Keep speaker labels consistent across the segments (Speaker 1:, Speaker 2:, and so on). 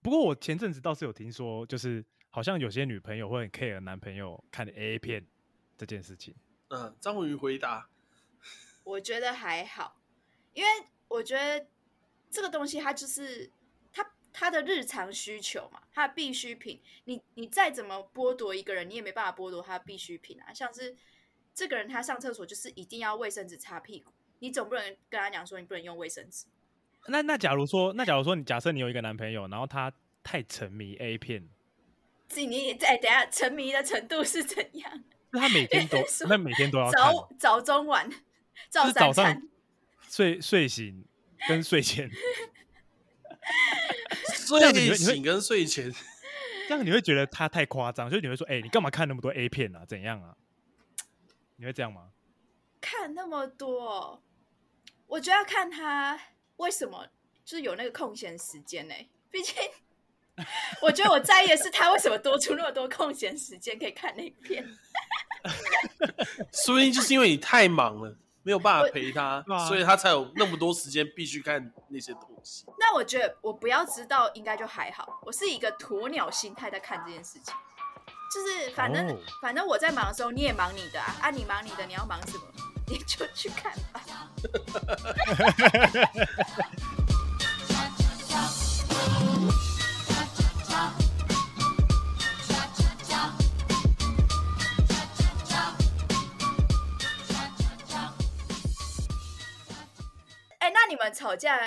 Speaker 1: 不过我前阵子倒是有听说，就是好像有些女朋友会很 care 男朋友看 A 片这件事情。
Speaker 2: 嗯，张文宇回 答，
Speaker 3: 我觉得还好，因为我觉得这个东西它就是它它的日常需求嘛，它的必需品。你你再怎么剥夺一个人，你也没办法剥夺他的必需品啊。像是这个人他上厕所就是一定要卫生纸擦屁股，你总不能跟他讲说你不能用卫生纸。
Speaker 1: 那那假如说，那假如说你假设你有一个男朋友，然后他太沉迷 A 片，
Speaker 3: 自己你哎，等一下沉迷的程度是怎样？
Speaker 1: 那他每天都
Speaker 3: 说
Speaker 1: 那每天都要看，
Speaker 3: 早早中晚，
Speaker 1: 就
Speaker 3: 照
Speaker 1: 是早
Speaker 3: 三
Speaker 1: 上
Speaker 3: 餐。
Speaker 1: 睡睡醒跟睡前，样子你会你
Speaker 2: 睡
Speaker 1: 会
Speaker 2: 醒跟睡前，
Speaker 1: 这样你会觉得他太夸张，就是你会说，哎、你干嘛看那么多 A 片啊？怎样啊？你会这样吗？
Speaker 3: 看那么多，我就要看他为什么就是有那个空闲时间呢、毕竟我觉得我在意的是他为什么多出那么多空闲时间可以看那片。
Speaker 2: 说不定就是因为你太忙了，没有办法
Speaker 3: 我
Speaker 2: 陪他
Speaker 1: 对啊，
Speaker 2: 所以他才有那么多时间必须看那些东西。
Speaker 3: 那我觉得我不要知道应该就还好，我是一个鸵鸟心态在看这件事情，就是反正、
Speaker 1: 哦
Speaker 3: 反正我在忙的时候你也忙你的啊，啊你忙你的，你要忙什么你就去看吧。哎、那你们吵架，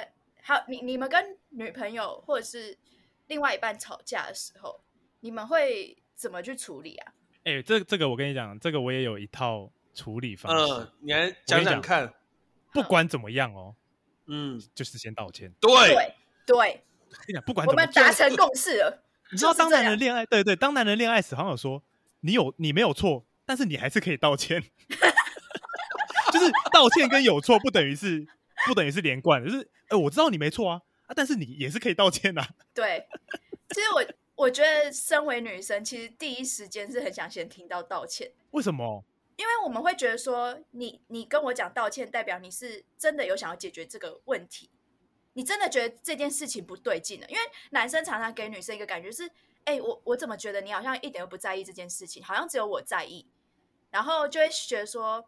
Speaker 3: 好，你你们跟女朋友或者是另外一半吵架的时候，你们会怎么去处理啊？
Speaker 1: 哎、这这个我跟你讲，这个我也有一套处理方式，
Speaker 2: 嗯，你来讲讲看。
Speaker 1: 不管怎么样哦，
Speaker 2: 嗯，
Speaker 1: 就是先道歉。
Speaker 2: 对，
Speaker 3: 嗯对对，
Speaker 1: 跟你讲，不管
Speaker 3: 我
Speaker 1: 怎么
Speaker 3: 们达成共识了。
Speaker 1: 你知道
Speaker 3: 就是
Speaker 1: 当
Speaker 3: 这
Speaker 1: 男人
Speaker 3: 样
Speaker 1: 恋爱，对对，当男人恋爱时好像有说，你有你没有错，但是你还是可以道歉， 就是道歉跟有错不等于是不等于是连贯的，就是呃我知道你没错啊啊，但是你也是可以道歉呐、啊，
Speaker 3: 对，其实我我觉得身为女生，其实第一时间是很想先听到道歉，
Speaker 1: 为什么？
Speaker 3: 因为我们会觉得说，你你跟我讲道歉，代表你是真的有想要解决这个问题，你真的觉得这件事情不对劲了。因为男生常常给女生一个感觉是，哎、我我怎么觉得你好像一点都不在意这件事情，好像只有我在意，然后就会觉得说。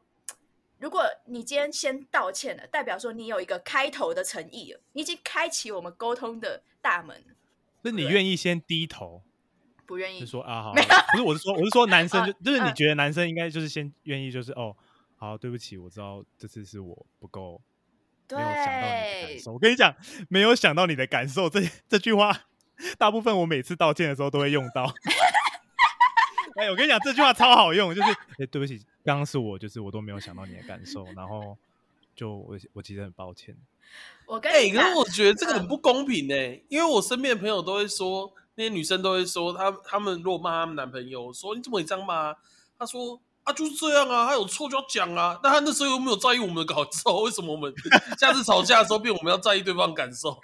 Speaker 3: 如果你今天先道歉了，代表说你有一个开头的诚意了，你已经开启我们沟通的大门了，
Speaker 1: 就是你
Speaker 3: 对
Speaker 1: 愿意先低头，
Speaker 3: 不愿意
Speaker 1: 就说啊好，
Speaker 3: 没有
Speaker 1: 不是我是说我是说男生就、
Speaker 3: 啊
Speaker 1: 就是你
Speaker 3: 嗯
Speaker 1: 觉得男生应该就是先愿意就是哦好对不起，我知道这次是我不够没有想到你的感
Speaker 3: 对，
Speaker 1: 受。我跟你讲，没有想到你的感受这这句话，大部分我每次道歉的时候都会用到。 哎、我跟你讲，这句话超好用，就是哎、对不起，刚刚是我，就是我都没有想到你的感受，然后就我我其实很抱歉。
Speaker 3: 我跟
Speaker 2: 哎，
Speaker 3: 你
Speaker 2: 可
Speaker 3: 讲，
Speaker 2: 是我觉得这个很不公平呢，因为我身边的朋友都会说，那些女生都会说，她她们如果骂她们男朋友，我说你怎么会这样骂啊？她说。啊，就是这样啊，他有错就要讲啊。那他那时候又没有在意我们的感受， 为什么我们下次吵架的时候变我们要在意对方的感受？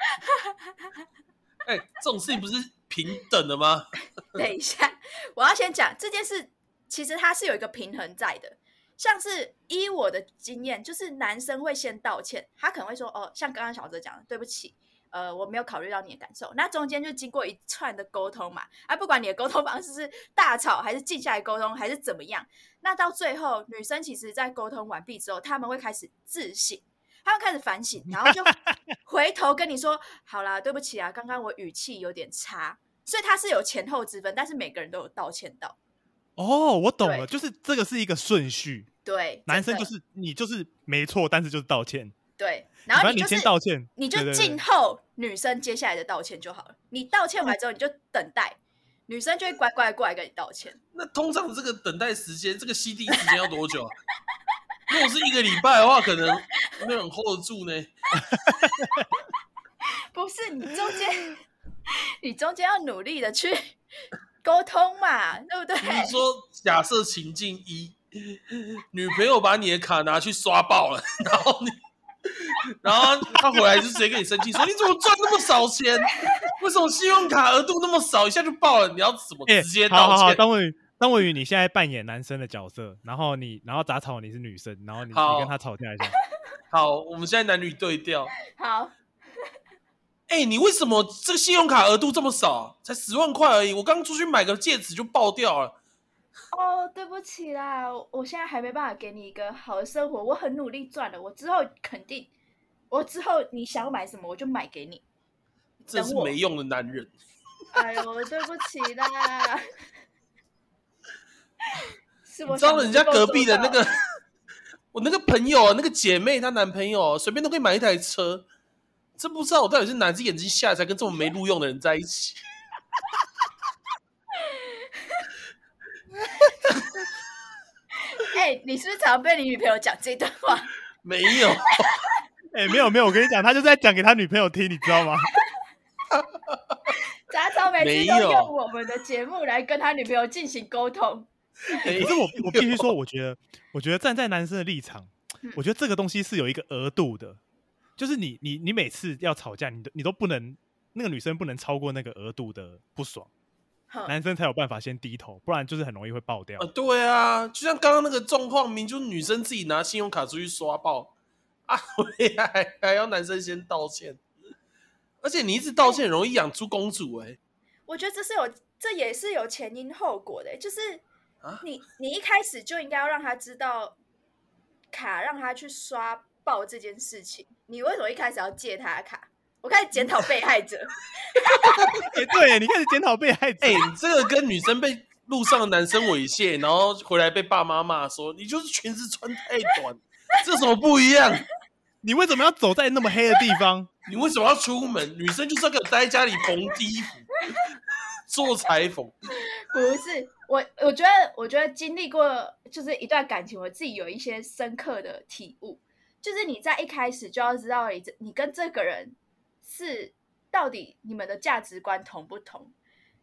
Speaker 2: 哎、这种事情不是平等的吗？
Speaker 3: 等一下，我要先讲这件事，其实它是有一个平衡在的。像是依我的经验，就是男生会先道歉，他可能会说：“哦，像刚刚小泽讲的，对不起，呃，我没有考虑到你的感受。”那中间就经过一串的沟通嘛，啊，不管你的沟通方式是大吵还是静下来沟通，还是怎么样，那到最后，女生其实在沟通完毕之后，他们会开始自省，他们开始反省，然后就回头跟你说：“ 好啦，对不起啊，刚刚我语气有点差。”所以它是有前后之分，但是每个人都有道歉到。
Speaker 1: 哦，我懂
Speaker 3: 对
Speaker 1: 了，就是这个是一个顺序，
Speaker 3: 对，
Speaker 1: 男生
Speaker 3: 真
Speaker 1: 就
Speaker 3: 的
Speaker 1: 是你就是没错，但是就是道歉，
Speaker 3: 对，然后
Speaker 1: 反
Speaker 3: 你
Speaker 1: 正
Speaker 3: 就是
Speaker 1: 先道歉，
Speaker 3: 你
Speaker 1: 对
Speaker 3: 就
Speaker 1: 对对
Speaker 3: 静候女生接下来的道歉就好了。你道歉完之后，你就等待，女生就会乖乖过来跟你道歉。
Speaker 2: 那通常这个等待时间，这个 CD 时间要多久啊？如果是一个礼拜的话，可能没有人 hold 得住呢。
Speaker 3: 不是你中 间，你中间要努力的去 沟通嘛，对不对？
Speaker 2: 比如说，假设情境一，女朋友把你的卡拿去刷爆了， 然后你，然后她回来就直接跟你生气说：“你怎么赚那么少钱？为什么信用卡额度那么少，一下就爆了？你要怎么
Speaker 1: 哎、
Speaker 2: 直接
Speaker 1: 好
Speaker 2: 道
Speaker 1: 好好，
Speaker 2: 歉？”
Speaker 1: 张文宇，张文宇，你现在扮演男生的角色，然后你，然后杂草你是女生，然后你你
Speaker 2: 好
Speaker 1: 跟他吵架一下，
Speaker 2: 好我们现在男女对调。
Speaker 3: 好，
Speaker 2: 哎、哎、你为什么这个信用卡额度这么少？啊才十万块而已，我刚出去买个戒指就爆掉了。
Speaker 3: 哦，对不起啦，我现在还没办法给你一个好的生活，我很努力赚了，我之后肯定，我之后你想买什么我就买给你。
Speaker 2: 真是
Speaker 3: 等我
Speaker 2: 没用的男人。
Speaker 3: 哎呦，对不起啦，是我
Speaker 2: 你知道
Speaker 3: 想
Speaker 2: 人家
Speaker 3: 不够
Speaker 2: 隔
Speaker 3: 周
Speaker 2: 壁的那
Speaker 3: 到
Speaker 2: 个，我那个朋友啊，那个姐妹她男朋友啊随便都可以买一台车，真不知道我到底是哪只眼睛瞎了才跟这么没路用的人在一起。
Speaker 3: 哎、你是不是常被你女朋友讲这段话？
Speaker 2: 没 有，
Speaker 1: 哎、没有没有，我跟你讲，他就在讲给他女朋友听，你知道 吗？
Speaker 3: 杂草每
Speaker 2: 没
Speaker 3: 次都
Speaker 2: 有
Speaker 3: 用我们的节目来跟他女朋友进行沟通。
Speaker 2: 没
Speaker 1: 可是
Speaker 2: 有，
Speaker 1: 我我必须说，我觉得，我觉得站在男生的立场
Speaker 3: 嗯，
Speaker 1: 我觉得这个东西是有一个额度的，就是你你你每次要吵架，你都你都不能那个女生不能超过那个额度的不爽，
Speaker 3: 哼，
Speaker 1: 男生才有办法先低头，不然就是很容易会爆掉
Speaker 2: 啊，。对啊，就像刚刚那个状况，明明就是女生自己拿信用卡出去刷爆啊，我也还还要男生先道歉，而且你一直道歉，容易养出公主哎、
Speaker 3: 我觉得这是有，这也是有前因后果的，欸就是
Speaker 2: 啊
Speaker 3: 你你一开始就应该要让他知道卡让他去刷爆这件事情，你为什么一开始要借他的卡？我开始检讨被害者，
Speaker 1: 哎、 对你开始检讨被害者，
Speaker 2: 哎、你这个跟女生被路上的男生猥亵，然后回来被爸妈骂说你就是裙子穿太短，这有什么不一样？
Speaker 1: 你为什么要走在那么黑的地方？
Speaker 2: 你为什么要出门？女生就是要给我待在家里缝衣服、 做裁缝。
Speaker 3: 不是我，我觉得，我觉得经历过就是一段感情，我自己有一些深刻的体悟，就是你在一开始就要知道你这你跟这个人是到底你们的价值观同不同。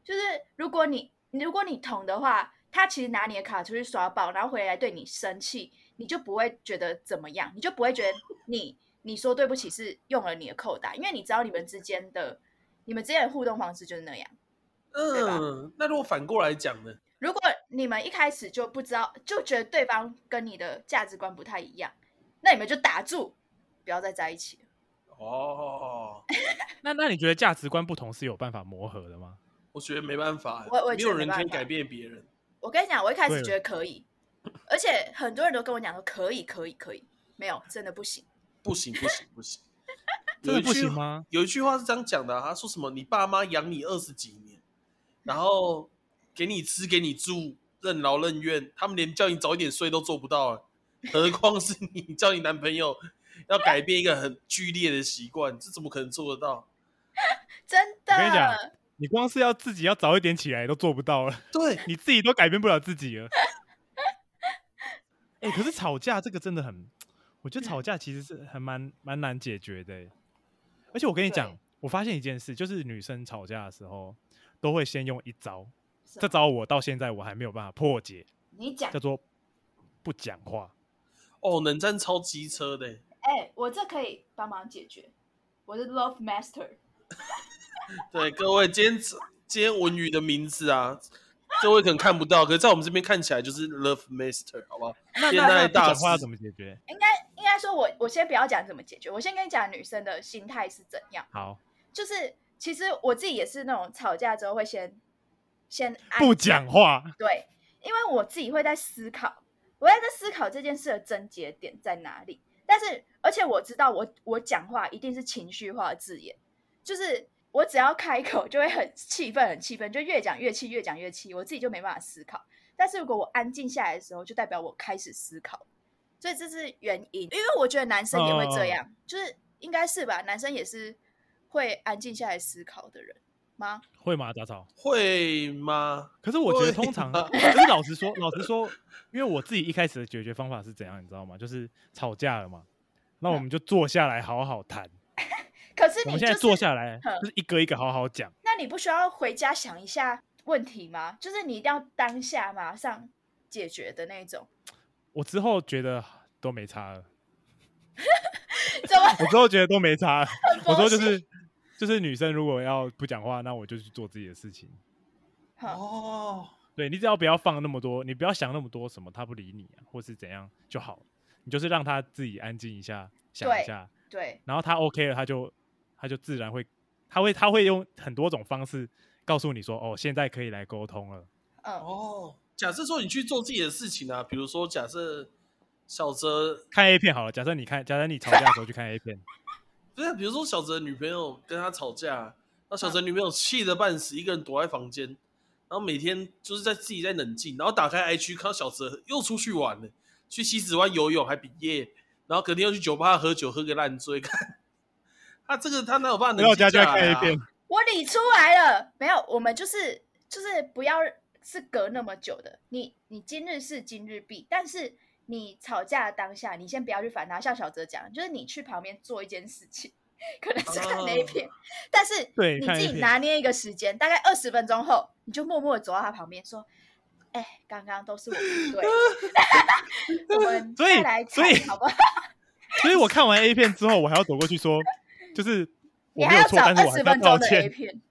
Speaker 3: 就是如果你如果你同的话，他其实拿你的卡出去刷爆，然后回来对你生气，你就不会觉得怎么样，你就不会觉得你你说对不起是用了你的扣打，因为你知道你们之间的你们之间的互动方式就是那样。对
Speaker 2: 嗯，那如果反过来讲呢？
Speaker 3: 如果你们一开始就不知道，就觉得对方跟你的价值观不太一样，那你们就打住，不要再在一起了。
Speaker 2: 哦，
Speaker 1: 那那你觉得价值观不同是有办法磨合的吗？
Speaker 2: 我觉得没办法，
Speaker 3: 我我
Speaker 2: 没
Speaker 3: 也觉得
Speaker 2: 有人
Speaker 3: 没
Speaker 2: 可
Speaker 3: 办
Speaker 2: 以
Speaker 3: 法
Speaker 2: 改变别人。
Speaker 3: 我跟你讲，我一开始
Speaker 1: 对
Speaker 3: 觉得可以，而且很多人都跟我讲说可以，可以，可以，没有，真的不行。
Speaker 2: 不行不行不 行，
Speaker 1: 真的
Speaker 2: 有一
Speaker 1: 不
Speaker 2: 句
Speaker 1: 行吗？
Speaker 2: 有一句话是这样讲的、啊，他说什么？你爸妈养你二十几年，然后给你吃给你住，任劳任怨，他们连叫你早一点睡都做不到 了，何况是你叫你男朋友要改变一个很剧烈的习惯，这怎么可能做得到？
Speaker 3: 真
Speaker 1: 我跟你讲
Speaker 3: 的，
Speaker 1: 你光是要自己要早一点起来都做不到了，
Speaker 2: 对，
Speaker 1: 你自己都改变不了自己了。哎、可是吵架这个真的很，我觉得吵架其实是还蛮蛮难解决的欸、而且我跟你讲
Speaker 3: 对，
Speaker 1: 我发现一件事，就是女生吵架的时候都会先用一招，
Speaker 3: 是
Speaker 1: 这
Speaker 3: 吗
Speaker 1: 招我到现在我还没有办法破解，
Speaker 3: 你讲
Speaker 1: 叫，做不讲话。
Speaker 2: 哦，冷战超机车的欸，
Speaker 3: 哎、我这可以帮忙解决，我是 Love Master。
Speaker 2: 对各位，今天今天文宇的名字啊。各位可能看不到，可是在我们这边看起来就是 Love Master，好不好？
Speaker 1: 那
Speaker 2: 恋
Speaker 1: 那
Speaker 2: 爱
Speaker 1: 那不
Speaker 2: 大
Speaker 1: 讲
Speaker 2: 师
Speaker 1: 话要怎么解决？
Speaker 3: 应该说我，我先不要讲怎么解决，我先跟你讲女生的心态是怎样。
Speaker 1: 好，
Speaker 3: 就是其实我自己也是那种吵架之后会先先安
Speaker 1: 不
Speaker 3: 静
Speaker 1: 讲话。
Speaker 3: 对，因为我自己会在思考，我会在思考这件事的症结点在哪里。但是，而且我知道我我讲话一定是情绪化的字眼，就是我只要开口就会很气愤，很气愤，就越讲越气，越讲越气，我自己就没办法思考。但是如果我安静下来的时候，就代表我开始思考，所以这是原因。因为我觉得男生也会
Speaker 1: 哦哦哦
Speaker 3: 这样，就是应该是吧，男生也是会安静下来思考的人吗？
Speaker 1: 会吗？杂草？
Speaker 2: 会吗？
Speaker 1: 可是我觉得
Speaker 2: 会
Speaker 1: 通常，
Speaker 2: 吗
Speaker 1: 可
Speaker 3: 啊
Speaker 1: 是老实说，老实说，因为我自己一开始的解决方法是怎样，你知道吗？就是吵架了嘛，那我们就坐下来好好谈。
Speaker 3: 可是
Speaker 1: 我
Speaker 3: 嗯你
Speaker 1: 们
Speaker 3: 就
Speaker 1: 现在
Speaker 3: 是
Speaker 1: 坐下来
Speaker 3: 嗯，
Speaker 1: 就是一个一个好好讲。
Speaker 3: 那你不需要回家想一下问题吗？就是你一定要当下马上解决的那种。
Speaker 1: 我之后觉得都没差了，
Speaker 3: 怎 么？
Speaker 1: 我之后觉得都没差了。我
Speaker 3: 佛
Speaker 1: 之后就
Speaker 3: 系
Speaker 1: 是就是女生如果要不讲话，那我就去做自己的事情。
Speaker 3: 哼
Speaker 2: 哦，
Speaker 1: 对你只要不要放那么多，你不要想那么多什么他不理你啊，或是怎样就好了。你就是让他自己安静一下，想
Speaker 3: 对
Speaker 1: 一下，
Speaker 3: 对
Speaker 1: 然后他 OK 了，他就他就自然会他会他会用很多种方式告诉你说，哦，现在可以来沟通了。
Speaker 3: 嗯，
Speaker 2: 哦，假设说你去做自己的事情啊，比如说假设小泽
Speaker 1: 看 A 片好了，假设你看，假设你吵架的时候去看 A 片，
Speaker 2: 不是，比如说小泽的女朋友跟他吵架，那小泽女朋友气得半死，一个人躲在房间，然后每天就是在自己在冷静，然后打开 IG 看到小泽又出去玩了，去西子湾游泳还毕业，然后隔天又去酒吧喝酒，喝个烂醉，看 他这个他哪有办法
Speaker 1: 回到
Speaker 2: 冷
Speaker 1: 家
Speaker 2: 静
Speaker 1: 就在
Speaker 2: 下
Speaker 1: 看
Speaker 2: 来
Speaker 1: A
Speaker 2: 啊？
Speaker 1: 片。
Speaker 3: 我理出来了，没有，我们就是就是不要是隔那么久的，你你今日事今日毕，但是你吵架的当下，你先不要去烦他，像小哲讲，就是你去旁边做一件事情， 可能是看
Speaker 2: 哦
Speaker 3: A 片，但是
Speaker 1: 对
Speaker 3: 你
Speaker 1: 看
Speaker 3: 自
Speaker 1: A
Speaker 3: 己
Speaker 1: 片
Speaker 3: 拿捏一个时间，大概二十分钟后，你就默默的走到他旁边说。哎，刚刚都是我不对， 我们
Speaker 1: 所以
Speaker 3: 再来
Speaker 1: 所以
Speaker 3: 看好不好？
Speaker 1: 所以我看完 A 片之后，我还要走过去说，就是
Speaker 3: 你
Speaker 1: 我没有
Speaker 3: 要
Speaker 1: 错
Speaker 3: 找，
Speaker 1: 但是
Speaker 3: 二
Speaker 1: 我还
Speaker 3: 十
Speaker 1: 是要
Speaker 3: 分钟
Speaker 1: 道
Speaker 3: 的 A
Speaker 1: 歉。
Speaker 3: 片。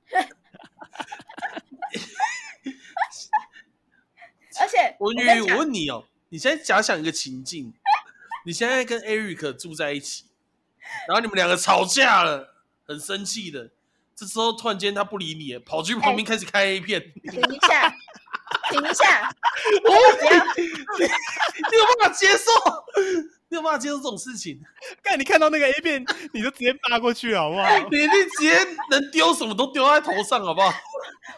Speaker 3: 而且
Speaker 2: 我
Speaker 3: 我跟
Speaker 2: 女，
Speaker 3: 你
Speaker 2: 我
Speaker 3: 讲
Speaker 2: 问你哦，你现在假想一个情境，你现在跟 Eric 住在一起，然后你们两个吵架了，很生气的，这时候突然间他不理你了，跑去
Speaker 3: 哎
Speaker 2: 旁边开始开 A 片， 你
Speaker 3: 停一下，停一下，不要
Speaker 2: 有办法接受？ 你有办法接受这种事情？
Speaker 1: 看你看到那个 A 片，你就直接扒过去了，好不好？
Speaker 2: 你一定直接能丢什么都丢在头上，好不好？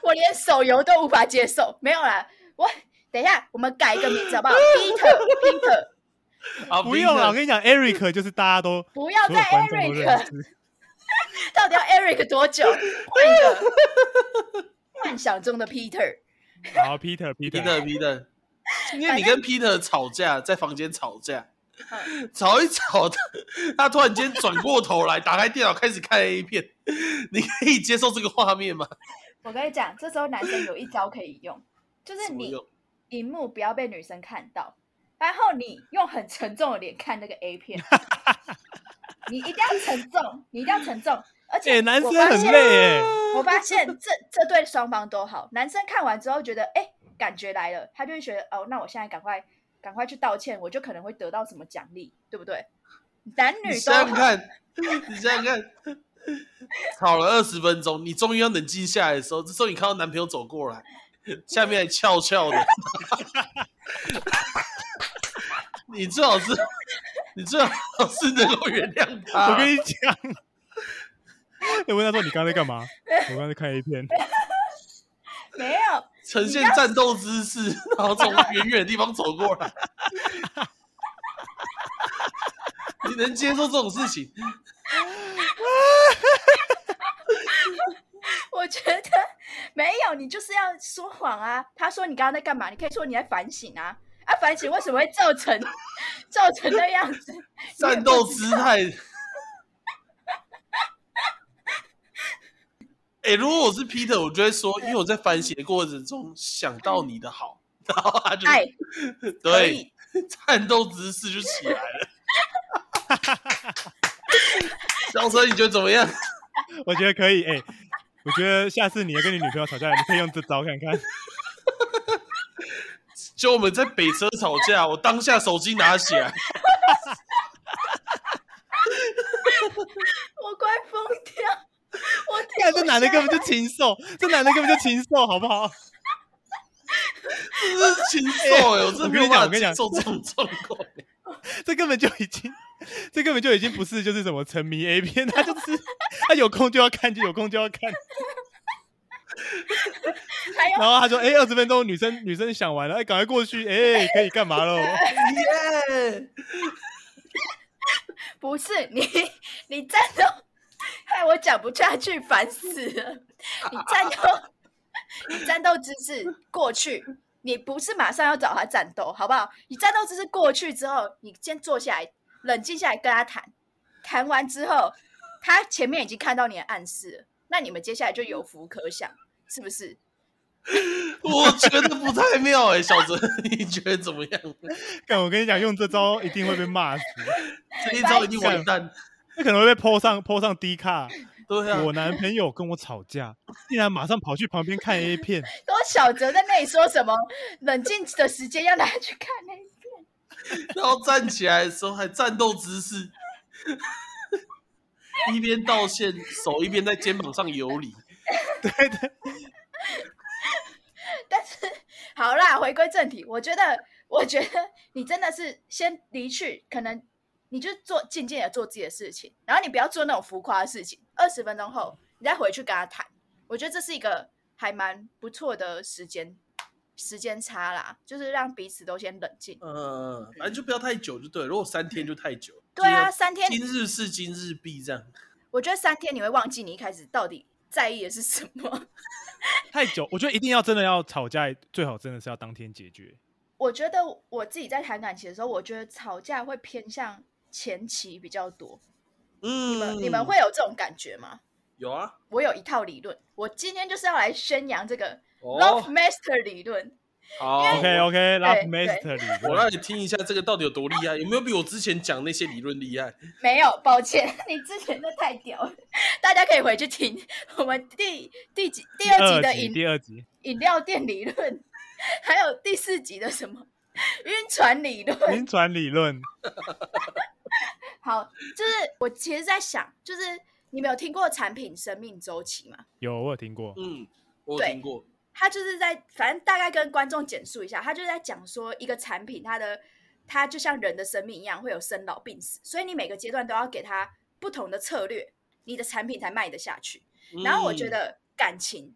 Speaker 3: 我连手游都无法接受。没有啦，我等一下，我们改一个名字好不好？Peter Peter，
Speaker 2: 啊，
Speaker 1: 不用了，我
Speaker 2: 了，
Speaker 1: 跟你讲，Eric 就是大家都
Speaker 3: 不要
Speaker 1: 所有
Speaker 3: 再
Speaker 1: 观众都
Speaker 3: Eric，
Speaker 1: 认识。
Speaker 3: 到底要 Eric 多久？换一个幻想中的 Peter。
Speaker 1: 好，Peter Peter，
Speaker 2: Peter Peter，今天你跟 Peter 吵架，在房间吵架，
Speaker 3: 嗯
Speaker 2: 吵一吵他，他突然间转过头来，打开电脑开始看 A 片，你可以接受这个画面吗？
Speaker 3: 我跟你讲，这时候男生有一招可以用，就是
Speaker 2: 什么
Speaker 3: 你
Speaker 2: 用
Speaker 3: 荧幕不要被女生看到，然后你用很沉重的脸看那个 A 片，你一定要沉重，你一定要沉重，而且、
Speaker 1: 哎，男生很累哎，
Speaker 3: 我发现这这对双方都好，男生看完之后觉得哎、感觉来了，他就会觉得哦，那我现在赶快赶快去道歉，我就可能会得到什么奖励，对不对？男
Speaker 2: 你
Speaker 3: 女都
Speaker 2: 想想
Speaker 3: 好，
Speaker 2: 看，你想想看，吵了二十分钟，你终于要冷静下来的时候，这时候你看到男朋友走过来，下面还翘翘的， 你最好是，你最好是能够原谅他。
Speaker 1: 我跟你讲，哎我问他说你刚才在干嘛？ 我刚才看 A 片，
Speaker 3: 没有，
Speaker 2: 呈现战斗姿势，然后从远远的地方走过来。你能接受这种事情？
Speaker 3: 我觉得没有，你就是要说谎啊！他说你刚刚在干嘛？你可以说你在反省啊！啊，反省为什么会造成 造成那样子？
Speaker 2: 战斗姿态。哎、如果我是 Peter，我就会说，因为我在反省的过程中想到你的好，然后他就
Speaker 3: 爱哎可
Speaker 2: 对
Speaker 3: 以，
Speaker 2: 战斗姿势就起来了。 小车，你觉得怎么样？
Speaker 1: 我觉得可以哎。我觉得下次你要跟你女朋友吵架，你可以用这招看看。
Speaker 2: 就我们在北车吵架，我当下手机拿起来，
Speaker 3: 我快疯掉！我
Speaker 1: 看
Speaker 3: 天，
Speaker 1: 这男的根本就禽兽，这男的根本就禽兽，好不好？
Speaker 2: 这 是 禽兽哎、我真的没有办
Speaker 1: 我
Speaker 2: 法
Speaker 1: 跟你
Speaker 2: 接
Speaker 1: 讲
Speaker 2: 受这种状 况、
Speaker 1: 这根本就已经，这根本就已经不是就是什么沉迷 A 片，他就是 他有空就要看，就有空就要看。
Speaker 3: 还有
Speaker 1: 然后他说：“哎、2二十分钟，女生女生想完了，哎、赶快过去，哎、可以干嘛喽？
Speaker 2: 耶！
Speaker 3: 不是你， 你战斗， 害我讲不下去，烦死了！你战斗，你战斗姿势过去，你不是马上要找他战斗，好不好？你战斗姿势过去之后，你先坐下来，冷静下来跟他谈，谈完之后，他前面已经看到你的暗示了，那你们接下来就有福可享，是不是？
Speaker 2: 我觉得不太妙哎、小哲， 你觉得怎么样？
Speaker 1: 干，我跟你讲，用这招一定会被骂死，
Speaker 2: 这一招一定完蛋。
Speaker 1: 这可能会被 PO 上 PO 上 D 卡。
Speaker 2: 对啊，
Speaker 1: 我男朋友跟我吵架，竟然马上跑去旁边看 A 片，
Speaker 3: 都小哲在那里说什么？冷静的时间要拿去看那一
Speaker 2: 然后站起来的时候还战斗姿势， 一边道歉，手一边在肩膀上游离。
Speaker 1: 对对，
Speaker 3: 但是好啦，回归正题，我觉得，我觉得你真的是先离去，可能你就做静静的做自己的事情，然后你不要做那种浮夸的事情。二十分钟后，你再回去跟他谈，我觉得这是一个还蛮不错的时间时间差啦，就是让彼此都先冷静。
Speaker 2: 呃，反正就不要太久就对了，如果三天就太久。
Speaker 3: 对啊，
Speaker 2: 就是
Speaker 3: 三天，
Speaker 2: 今日事今日毕这样。
Speaker 3: 我觉得三天你会忘记你一开始到底在意的是什么。
Speaker 1: 太久，我觉得一定要真的要吵架，最好真的是要当天解决。
Speaker 3: 我觉得我自己在谈感情的时候，我觉得吵架会偏向前期比较多。
Speaker 2: 嗯，
Speaker 3: 你们、呃你们会有这种感觉吗？
Speaker 2: 有啊？
Speaker 3: 我有一套理论，我今天就是要来宣扬这个
Speaker 2: 哦，
Speaker 3: Love Master 理论。
Speaker 2: 好
Speaker 1: OK OK，Love
Speaker 3: 哦对
Speaker 1: Master 理
Speaker 2: 我
Speaker 1: 论
Speaker 2: 让你听一下这个到底有多厉害，有没有比我之前讲那些理论厉害？
Speaker 3: 没有，抱歉， 你之前的太屌了， 大家可以回去听我们第第几第二集的
Speaker 1: 集
Speaker 3: 饮
Speaker 1: 第二集，
Speaker 3: 饮料店理论， 还有第四集的什么 晕船理论。
Speaker 1: 晕船理论，
Speaker 3: 好，就是我其实在想，就是你们有听过产品生命周期吗？
Speaker 1: 有我有听过，
Speaker 2: 嗯，我有
Speaker 3: 对
Speaker 2: 听过。
Speaker 3: 他就是在，反正大概跟观众简述一下，他就是在讲说一个产品，它的它就像人的生命一样，会有生老病死，所以你每个阶段都要给它不同的策略，你的产品才卖得下去。然后我觉
Speaker 2: 嗯
Speaker 3: 得感情，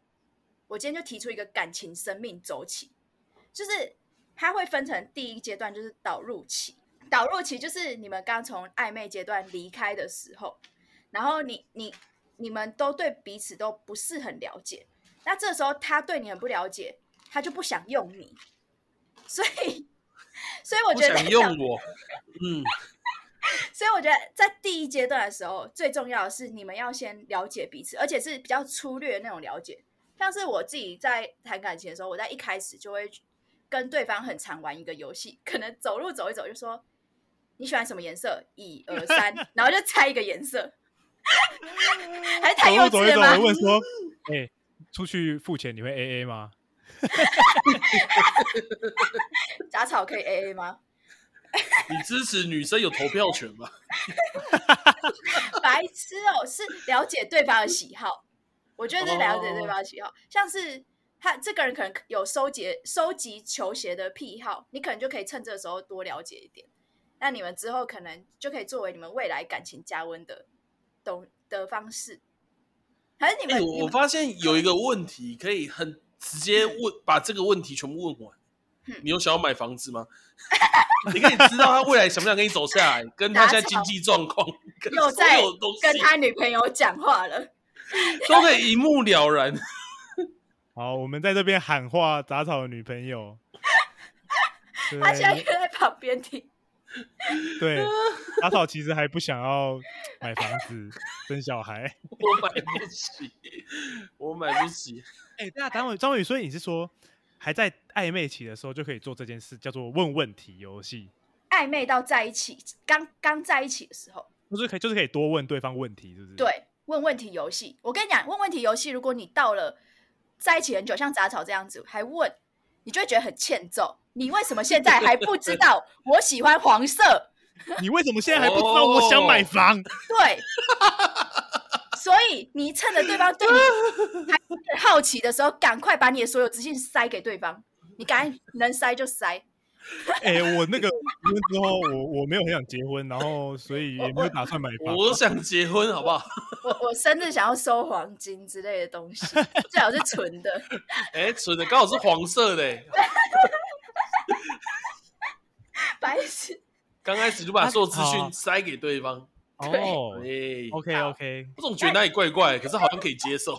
Speaker 3: 我今天就提出一个感情生命周期，就是它会分成第一阶段就是导入期，导入期就是你们刚从暧昧阶段离开的时候，然后你你你们都对彼此都不是很了解，那这时候他对你很不了解，他就不想用你，所以所以我
Speaker 2: 不
Speaker 3: 觉得
Speaker 2: 想用我，嗯，
Speaker 3: 所以我觉得在第一阶段的时候，最重要的是你们要先了解彼此，而且是比较粗略的那种了解。像是我自己在谈感情的时候，我在一开始就会跟对方很常玩一个游戏，可能走路走一走就说你喜欢什么颜色，一二三， 然后就猜一个颜色，还 是太
Speaker 1: 走
Speaker 3: 幼
Speaker 1: 路走
Speaker 3: 稚
Speaker 1: 一
Speaker 3: 了
Speaker 1: 走，
Speaker 3: 吗
Speaker 1: 我？问说，哎，出去付钱你会 AA 吗？
Speaker 3: 杂草可以 A A 吗？
Speaker 2: 你支持女生有投票权 吗？
Speaker 3: 白痴哦，是了解对方的喜好。我觉得是了解对
Speaker 2: 哦
Speaker 3: 方的喜好，像是他这个人可能有收集收集球鞋的癖好，你可能就可以趁这个时候多了解一点。那你们之后可能就可以作为你们未来感情加温的懂的方式。还是你们，
Speaker 2: 哎，
Speaker 3: 你
Speaker 2: 我我
Speaker 3: 们
Speaker 2: 发现有一个问题可以很直接问，把这个问题全部问完
Speaker 3: 嗯。
Speaker 2: 你有想要买房子吗？ 你可以知道他未来想不想跟你走下来，跟他现在经济状 况，跟
Speaker 3: 又
Speaker 2: 所
Speaker 3: 在
Speaker 2: 有东西
Speaker 3: 跟他女朋友讲话了，
Speaker 2: 都可以一目了然。
Speaker 1: 好，我们在这边喊话杂草的女朋友。对
Speaker 3: 他现在就在旁边听。
Speaker 1: 对， 杂草其实还不想要买房子、生小孩。
Speaker 2: 我买不起，我买不起。
Speaker 1: 哎、那张伟，张伟，所以你是说，还在暧昧期的时候就可以做这件事，叫做问问题游戏，
Speaker 3: 暧昧到在一起，刚刚在一起的时候，
Speaker 1: 就是可以，就是可以多问对方问题，是不是？，
Speaker 3: 对，问问题游戏。我跟你讲，问问题游戏，如果你到了在一起很久，像杂草这样子还问，你就会觉得很欠揍。你为什么现在还不知道 我喜欢黄色？
Speaker 1: 你为什么现在还不知道我想买房？
Speaker 3: 对，所以你趁着对方对你还很好奇的时候，赶快把你的所有资讯塞给对方。你赶紧能塞就塞，
Speaker 1: 哎、我那个结婚之后，我我没有很想结婚，然后所以也没有打算买房。
Speaker 2: 我想结婚，好不好？
Speaker 3: 我我生日想要收黄金之类的东西，最好是纯的。
Speaker 2: 哎、存的刚好是黄色的、欸
Speaker 3: 白痴，
Speaker 2: 刚开始就把所有资
Speaker 1: 啊
Speaker 2: 讯塞给对方。
Speaker 1: 哦
Speaker 2: 哎、
Speaker 1: ，OK OK，
Speaker 2: 我总觉得哪里怪怪的，可是好像可以接受。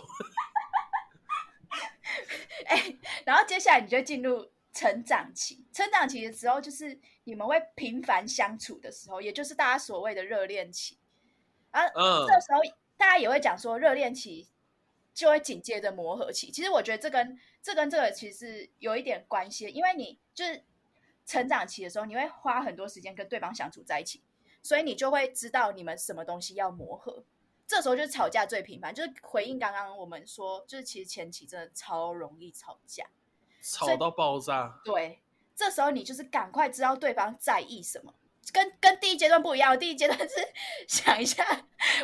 Speaker 3: 哎、然后接下来你就进入成长期。成长期的时候，就是你们会频繁相处的时候，也就是大家所谓的热恋期。啊，
Speaker 2: 嗯
Speaker 3: 这时候大家也会讲说，热恋期就会紧接着磨合期。其实我觉得这跟这跟这个其实有一点关系，因为你就是成长期的时候，你会花很多时间跟对方相处在一起，所以你就会知道你们什么东西要磨合。这时候就是吵架最频繁，就是回应刚刚我们说，就是其实前期真的超容易吵架。
Speaker 2: 吵到爆炸，
Speaker 3: 对，这时候你就是赶快知道对方在意什么，跟跟第一阶段不一样，第一阶段是 想一下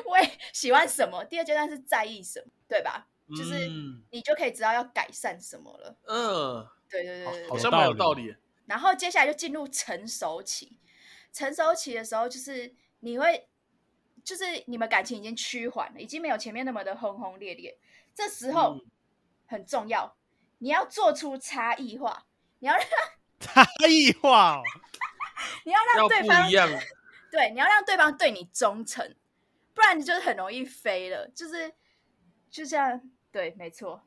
Speaker 3: 我也喜欢什么，第二阶段是在意什么，对吧？就是
Speaker 2: 嗯
Speaker 3: 你就可以知道要改善什么了。
Speaker 2: 嗯，
Speaker 3: 对对对对对，
Speaker 2: 好像蛮有
Speaker 1: 有
Speaker 2: 道
Speaker 1: 道哦
Speaker 2: 理。
Speaker 3: 然后接下来就进入成熟期。成熟期的时候，就是你会，就是你们感情已经趋缓了，已经没有前面那么的轰轰烈烈。这时候、
Speaker 2: 嗯
Speaker 3: 很重要，你要做出差异化，你要让
Speaker 1: 差异化、哦，
Speaker 3: 你要
Speaker 2: 要
Speaker 3: 让对
Speaker 2: 不
Speaker 3: 方
Speaker 2: 一样，
Speaker 3: 对，你要让对方对你忠诚，不然你就是很容易飞了。就是就像对，没错，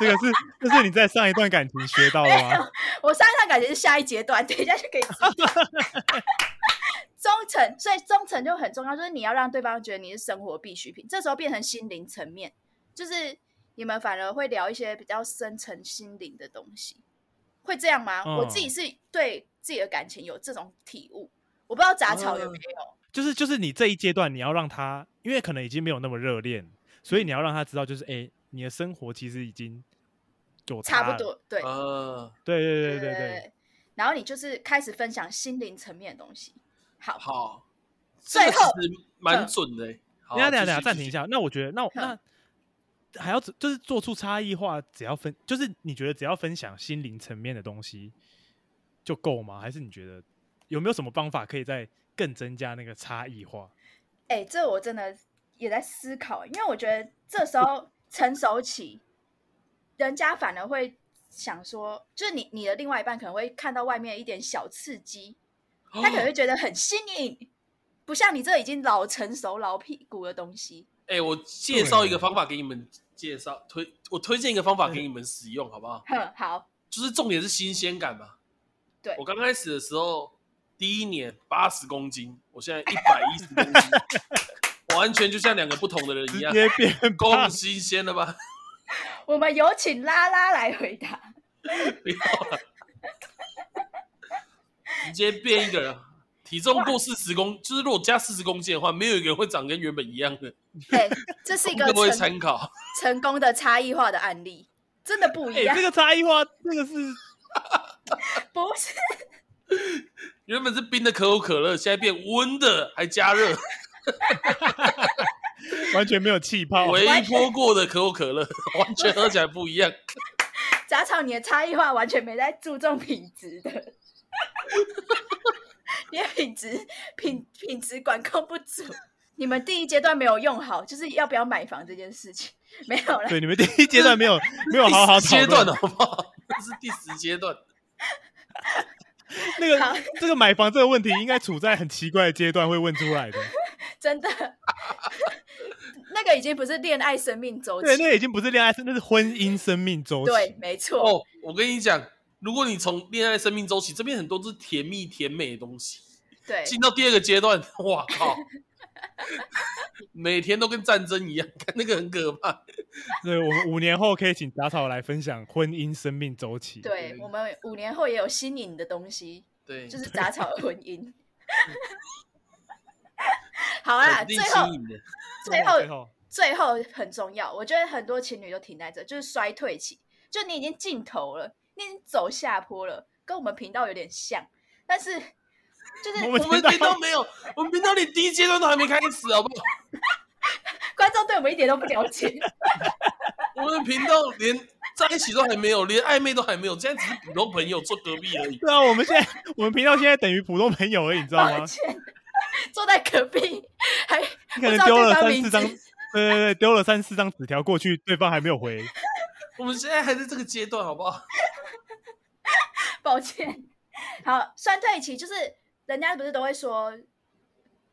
Speaker 1: 这个是这是你在上一段感情学到的吗？
Speaker 3: 我上一段感觉是下一阶段，等一下就可以知道。 忠诚，所以忠诚就很重要，就是你要让对方觉得你是生活必需品。这时候变成心灵层面，就是你们反而会聊一些比较深层心灵的东西，会这样吗？我自己
Speaker 1: 嗯
Speaker 3: 是对自己的感情有这种体悟，我不知道杂草有没有。
Speaker 1: 就是就是你这一阶段，你要让他，因为可能已经没有那么热恋，所以你要让他知道，就是哎、你的生活其实已经有
Speaker 3: 差
Speaker 1: 差
Speaker 3: 不
Speaker 1: 了。
Speaker 3: 多，对，
Speaker 2: 嗯，
Speaker 1: 对对对对对，
Speaker 3: 对。然后你就是开始分享心灵层面的东西。好，
Speaker 2: 好，这
Speaker 3: 最
Speaker 2: 个
Speaker 3: 后
Speaker 2: 其实蛮准的欸。好
Speaker 1: 等一下等一下等一下，
Speaker 2: 继续
Speaker 1: 暂停一下。那我觉得，那我
Speaker 3: 哼
Speaker 1: 那还要就是做出差异化，只要分，就是你觉得只要分享心灵层面的东西就够吗？还是你觉得有没有什么方法可以再更增加那个差异化？
Speaker 3: 哎、这我真的也在思考，因为我觉得这时候成熟期，人家反而会想说，就是你你的另外一半可能会看到外面一点小刺激，
Speaker 2: 继续
Speaker 3: 他可能会觉得很新颖，不像你这已经老成熟老屁股的东西。
Speaker 2: 哎，我介绍一个方法给你们介绍，推我推荐一个方法给你们使用，好不好？
Speaker 3: 哼，好，
Speaker 2: 就是重点是新鲜感嘛。
Speaker 3: 对
Speaker 2: 我刚开始的时候，第一年八十公斤，我现在一百一十公斤，完全就像两个不同的人
Speaker 1: 直
Speaker 2: 一样，
Speaker 1: 接 变
Speaker 2: 够
Speaker 1: 胖，
Speaker 2: 新鲜了吧？
Speaker 3: 我们有请拉拉来回答。
Speaker 2: 不要了，直接变一个人，体重过四十公，就是如果加四十公斤的话，没有一个人会长跟原本一样的，
Speaker 3: 哎、这是 一个
Speaker 2: 各位
Speaker 3: 成
Speaker 2: 参考。
Speaker 3: 成功的差异化的案例，真的不
Speaker 1: 哎、
Speaker 3: 一样，
Speaker 1: 这个差异化，这个是
Speaker 3: 不是。
Speaker 2: 原本是冰的可口可乐，现在变温的，还加热，
Speaker 1: 完全没有气泡。
Speaker 2: 微波过的可口可乐，完全喝起来不一样。
Speaker 3: 杂草，你的差异化完全没在注重品质的，你的品质品品质管控不足。你们第一阶段没有用好，就是要不要买房这件事情没有了。
Speaker 1: 对，你们第一阶段没 有没有好好
Speaker 2: 第十
Speaker 1: 讨
Speaker 2: 阶段哦
Speaker 1: 论
Speaker 2: 好不好？这是第十阶段。
Speaker 1: 那
Speaker 3: 好
Speaker 1: 个这个买房这个问题，应该处在很奇怪的阶段会问出来 的。
Speaker 3: 真的，那个已经不是恋爱生命周
Speaker 1: 对，
Speaker 3: 期，
Speaker 1: 那已经不是恋爱，那是婚姻生命周期。
Speaker 3: 对，没错，
Speaker 2: 哦，我跟你讲，如果你从恋爱生命周期这边很多都是甜蜜甜美的东西，
Speaker 3: 对，
Speaker 2: 进到第二个阶段，哇靠，每天都跟战争一样，看那个很可怕。
Speaker 1: 对，我们五年后可以请杂草来分享婚姻生命周期。
Speaker 3: 对我们五年后也有新颖的东西，
Speaker 2: 对，
Speaker 3: 就是杂草的婚姻。 好啦，
Speaker 2: 肯定
Speaker 3: 最后
Speaker 2: 吸引的。
Speaker 3: 最后
Speaker 1: 最后，
Speaker 3: 最后很重要，我觉得很多情侣都停在这，就是衰退期，就你已经尽头了，你已经走下坡了，跟我们频道有点像，但是就是
Speaker 1: 我
Speaker 2: 我们
Speaker 1: 知道
Speaker 2: 频道没有，我们频道连第一阶段都还没开始，好不好？
Speaker 3: 观众对我们一点都不了解，
Speaker 2: 我们的频道连在一起都还没有，连暧昧都还没有，现在只是普通朋友做隔壁而已。
Speaker 1: 对啊，我们现在我们频道现在等于普通朋友而已，你 知道
Speaker 3: 抱
Speaker 1: 吗？
Speaker 3: 歉，坐在隔壁还
Speaker 1: 你
Speaker 3: 不
Speaker 1: 可
Speaker 3: 知
Speaker 1: 能
Speaker 3: 道
Speaker 1: 丢了
Speaker 3: 对方
Speaker 1: 三
Speaker 3: 名
Speaker 1: 四张，对
Speaker 3: 字，
Speaker 1: 对对，丢了三四张纸条过去，对方还没有回。
Speaker 2: 我们现在还在这个阶段，好不好？
Speaker 3: 抱歉。 好，衰退期就是人家不是都会说，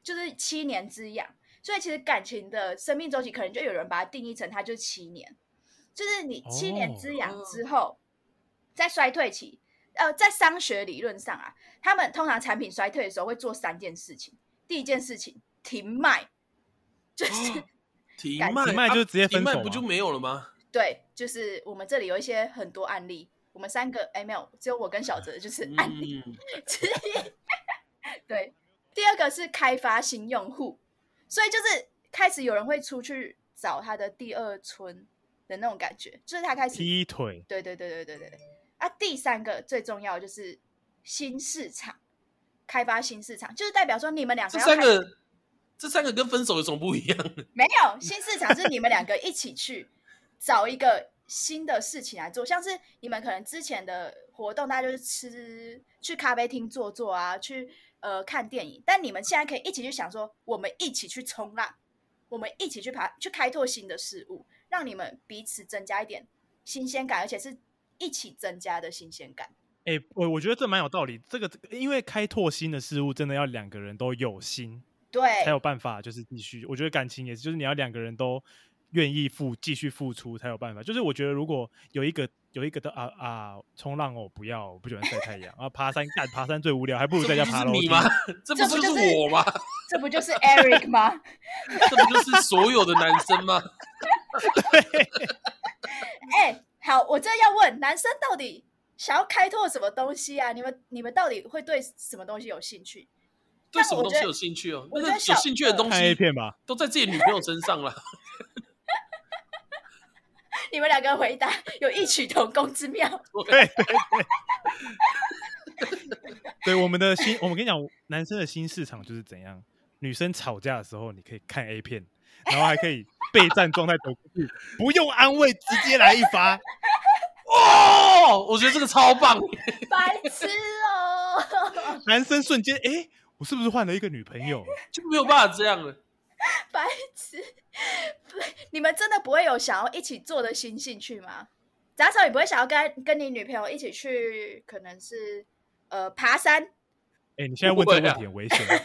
Speaker 3: 就是七年之痒，所以其实感情的生命周期可能就有人把它定义成它就是七年，就是你七年之痒之后，在衰退期，呃，在商学理论上啊，他们通常产品衰退的时候会做三件事情，第一件事情停卖， 就是、
Speaker 2: 停
Speaker 3: 感
Speaker 2: 卖，
Speaker 1: 情卖
Speaker 2: 啊
Speaker 1: 就是直接
Speaker 2: 停
Speaker 1: 分
Speaker 2: 卖
Speaker 1: 手
Speaker 2: 不
Speaker 1: 吗
Speaker 2: 就没有了吗？
Speaker 3: 对，就是我们这里有一些很多案例，我们三个哎没有，只有我跟小泽就是案例。
Speaker 2: 嗯，
Speaker 3: 对，第二个是开发新用户，所以就是开始有人会出去找他的第二春的那种感觉，就是他开始，
Speaker 1: 劈腿，
Speaker 3: 对对对对对对对。啊，第三个最重要的就是新市场，开发新市场，就是代表说你们两个
Speaker 2: 这
Speaker 3: 啊要
Speaker 2: 三
Speaker 3: 开
Speaker 2: 个，这三个跟分手有什么不一样？
Speaker 3: 没有新市场是你们两个一起去找一个新的事情来做，像是你们可能之前的活动，大家就是吃去咖啡厅坐坐啊，去呃看电影，但你们现在可以一起去想说，我们一起去冲浪，我们一起去爬去开拓新的事物，让你们彼此增加一点新鲜感，而且是一起增加的新鲜感。
Speaker 1: 哎、我我觉得这蛮有道理。这个因为开拓新的事物，真的要两个人都有心，才有
Speaker 3: 对，
Speaker 1: 办法就是继续。我觉得感情也是，就是你要两个人都愿意付继续付出才有办法。就是我觉得如果有一个有一个的啊啊冲浪哦，我不要，我不喜欢晒太阳啊，爬山干爬山最无聊，还不如
Speaker 2: 这
Speaker 1: 在
Speaker 2: 不
Speaker 1: 家
Speaker 2: 就
Speaker 1: 爬
Speaker 2: 是
Speaker 1: 楼
Speaker 2: 你
Speaker 1: 梯。
Speaker 2: 吗？ 这
Speaker 3: 这
Speaker 2: 不
Speaker 3: 不
Speaker 2: 就是
Speaker 3: 就是
Speaker 2: 我 吗？
Speaker 3: 这不就是 Eric 吗？
Speaker 2: 这不就是所有的男生 吗？
Speaker 3: 哎、好，我这要问男生到底想要开拓什么东西啊？你们你们到底会对什么东西有兴趣？
Speaker 2: 对什么
Speaker 3: 我
Speaker 2: 东
Speaker 3: 觉
Speaker 2: 西
Speaker 3: 得
Speaker 2: 有兴趣哦？
Speaker 3: 我
Speaker 2: 那
Speaker 3: 觉
Speaker 2: 个
Speaker 3: 得
Speaker 2: 有
Speaker 3: 小
Speaker 2: 兴趣的
Speaker 3: 二
Speaker 2: 东
Speaker 1: 看 A
Speaker 2: 西
Speaker 1: 片 吧，
Speaker 2: 都在自己女朋友身上了。
Speaker 3: 你们两个回答有异曲同工之妙。
Speaker 1: 对对对。对我们的新，我们跟你讲，男生的新市场就是怎样。女生吵架的时候，你可以看 A 片，然后还可以备战状态走过去，不用安慰，直接来一发。
Speaker 2: 哦，我觉得这个超棒，
Speaker 3: 白痴哦，
Speaker 1: 男生瞬间，哎、我是不是换了一个女朋友？
Speaker 2: 就没有办法这样了。
Speaker 3: 白痴！不你们真的不会有想要一起做的新兴趣吗？杂草，你不会想要跟跟你女朋友一起去，可能是呃爬山？
Speaker 1: 哎、你现在
Speaker 2: 不
Speaker 1: 问这个问
Speaker 2: 会啊
Speaker 1: 题很危险。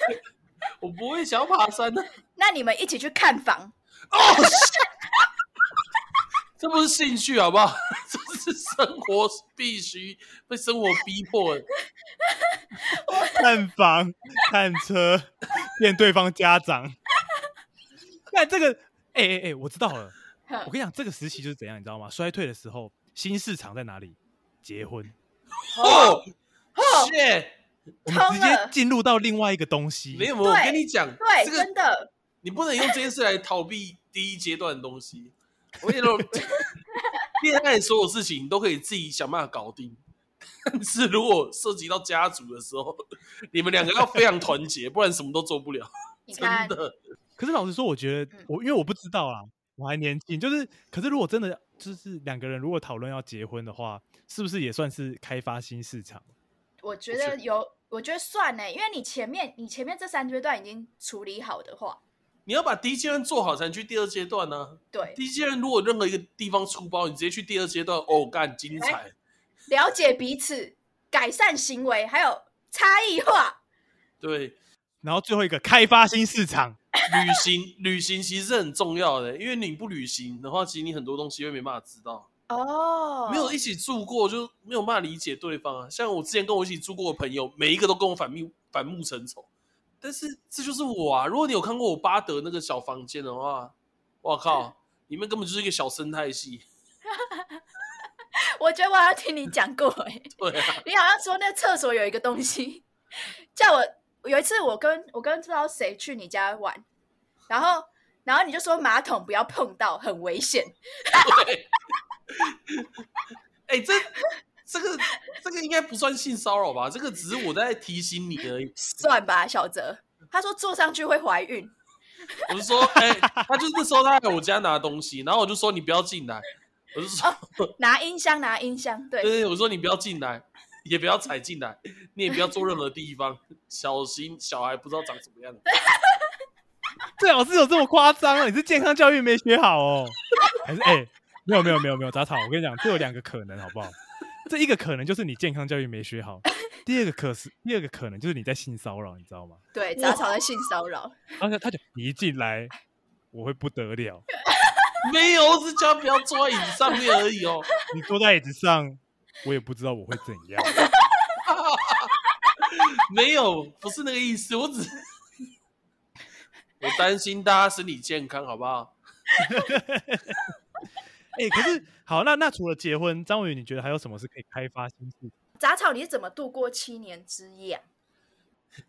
Speaker 2: 我不会想要爬山的。
Speaker 3: 那你们一起去看房？
Speaker 2: 这不是兴趣好不好？ 这是生活必须被生活逼迫 的。
Speaker 1: 看房、看车、见对方家长。那这个，哎哎哎，我知道了。
Speaker 3: 哼
Speaker 1: 我跟你讲，这个时期就是怎样，你知道吗？衰退的时候，新市场在哪里？结婚，
Speaker 2: 哦，谢，
Speaker 1: 我们直接
Speaker 3: 通了
Speaker 1: 进入到另外一个东西。
Speaker 2: 没有，我
Speaker 3: 对
Speaker 2: 跟你讲，
Speaker 3: 对，
Speaker 2: 这
Speaker 3: 真
Speaker 2: 个
Speaker 3: 的，
Speaker 2: 你不能用这件事来逃避第一阶段的东西。我跟你说，恋爱所有事情你都可以自己想办法搞定，但是如果涉及到家族的时候，你们两个要非常团结，不然什么都做不了。
Speaker 3: 你
Speaker 2: 真
Speaker 3: 看，
Speaker 2: 的，
Speaker 1: 可是老实说，我觉得
Speaker 3: 嗯
Speaker 1: 我因为我不知道啊，我还年轻，就是可是如果真的就是两个人如果讨论要结婚的话，是不是也算是开发新市场？
Speaker 3: 我觉
Speaker 2: 我
Speaker 3: 得
Speaker 2: 觉
Speaker 3: 有，我觉得算欸呢，因为你前面你前面这三阶段已经处理好的话，
Speaker 2: 你要把第一阶段做好，才能去第二阶段呢、
Speaker 3: 对，
Speaker 2: 第一阶段如果任何一个地方出包，你直接去第二阶段，哦，干精彩！
Speaker 3: 了解彼此，改善行为，还有差异化。
Speaker 2: 对，
Speaker 1: 然后最后一个开发新市场，
Speaker 2: 旅行旅行其实是很重要的，因为你不旅行的话，其实你很多东西会没办法知道。
Speaker 3: 哦，
Speaker 2: 没有一起住过，就没有办法理解对方啊。像我之前跟我一起住过的朋友，每一个都跟我反目反目成仇，但是这就是我啊。如果你有看过我巴德那个小房间的话，我靠，里面根本就是一个小生态系。
Speaker 3: 我觉得我好像听你讲过、欸，
Speaker 2: 对啊，
Speaker 3: 你好像说那厕所有一个东西，叫我有一次我跟我跟不知道谁去你家玩，然后然后你就说马桶不要碰到，很危险。
Speaker 2: 对。 哎、这这个这个应该不算性骚扰吧？这个只是我在提醒你而已。
Speaker 3: 算吧，小泽，他说坐上去会怀孕，
Speaker 2: 我就说，哎、他就是那时候他来我家拿东西，然后我就说你不要进来，我就说，
Speaker 3: 拿音箱拿音箱，对，
Speaker 2: 对，我说你不要进来，也不要踩进来，你也不要坐任何地方，小心小孩不知道长什么样。
Speaker 1: 这老师有这么夸张啊？你是健康教育没学好哦？ 还是哎、没有没有没有没有杂草，我跟你讲，这有两个可能，好不好？这一个可能就是你健康教育没学好，第二个可是第二个可能就是你在性骚扰，你知道吗？
Speaker 3: 对，杂草的性骚扰，
Speaker 1: 然后他就你一进来，我会不得了，
Speaker 2: 没有，我只叫他不要坐在椅子上面而已哦。
Speaker 1: 你坐在椅子上，我也不知道我会怎样。
Speaker 2: 没有，不是 那个意思，我只我担心大家身体健康，好不好？
Speaker 1: 哎、可是好，那那除了结婚，张文宇，你觉得还有什么是可以开发新市场？
Speaker 3: 杂草你是怎么度过七年之夜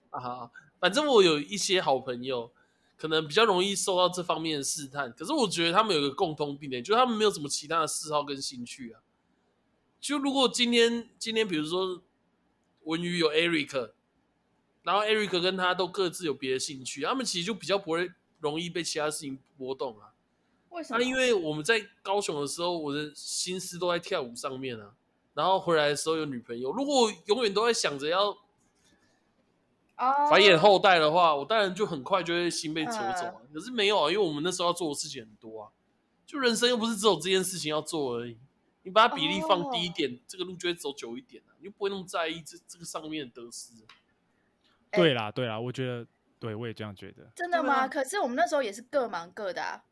Speaker 3: 啊、
Speaker 2: 啊，反正我有一些好朋友，可能比较容易受到这方面的试探。可是我觉得他们有一个共通病点，就是他们没有什么其他的嗜好跟兴趣啊。就如果今天今天比如说文宇有 Eric，然后 Eric 跟他都各自有别的兴趣，他们其实就比较不会容易被其他事情波动啊。
Speaker 3: 为什
Speaker 2: 那、
Speaker 3: 么？
Speaker 2: 因为我们在高雄的时候，我的心思都在跳舞上面啊，然后回来的时候有女朋友，如果我永远都在想着要
Speaker 3: 哦，嗯
Speaker 2: 繁衍后代的话，我当然就很快就会心被抽走啊。可是没有啊，因为我们那时候要做的事情很多啊，就人生又不是只有这件事情要做而已。你把它比例放
Speaker 3: 哦
Speaker 2: 低一点，这个路就会走久一点啊，你就不会那么在意这这个上面的得失。啊
Speaker 3: 哎
Speaker 1: 对啦，对啦，我觉得，对我也这样觉得。
Speaker 3: 真的
Speaker 2: 对啊
Speaker 3: 吗？可是我们那时候也是各忙各的啊。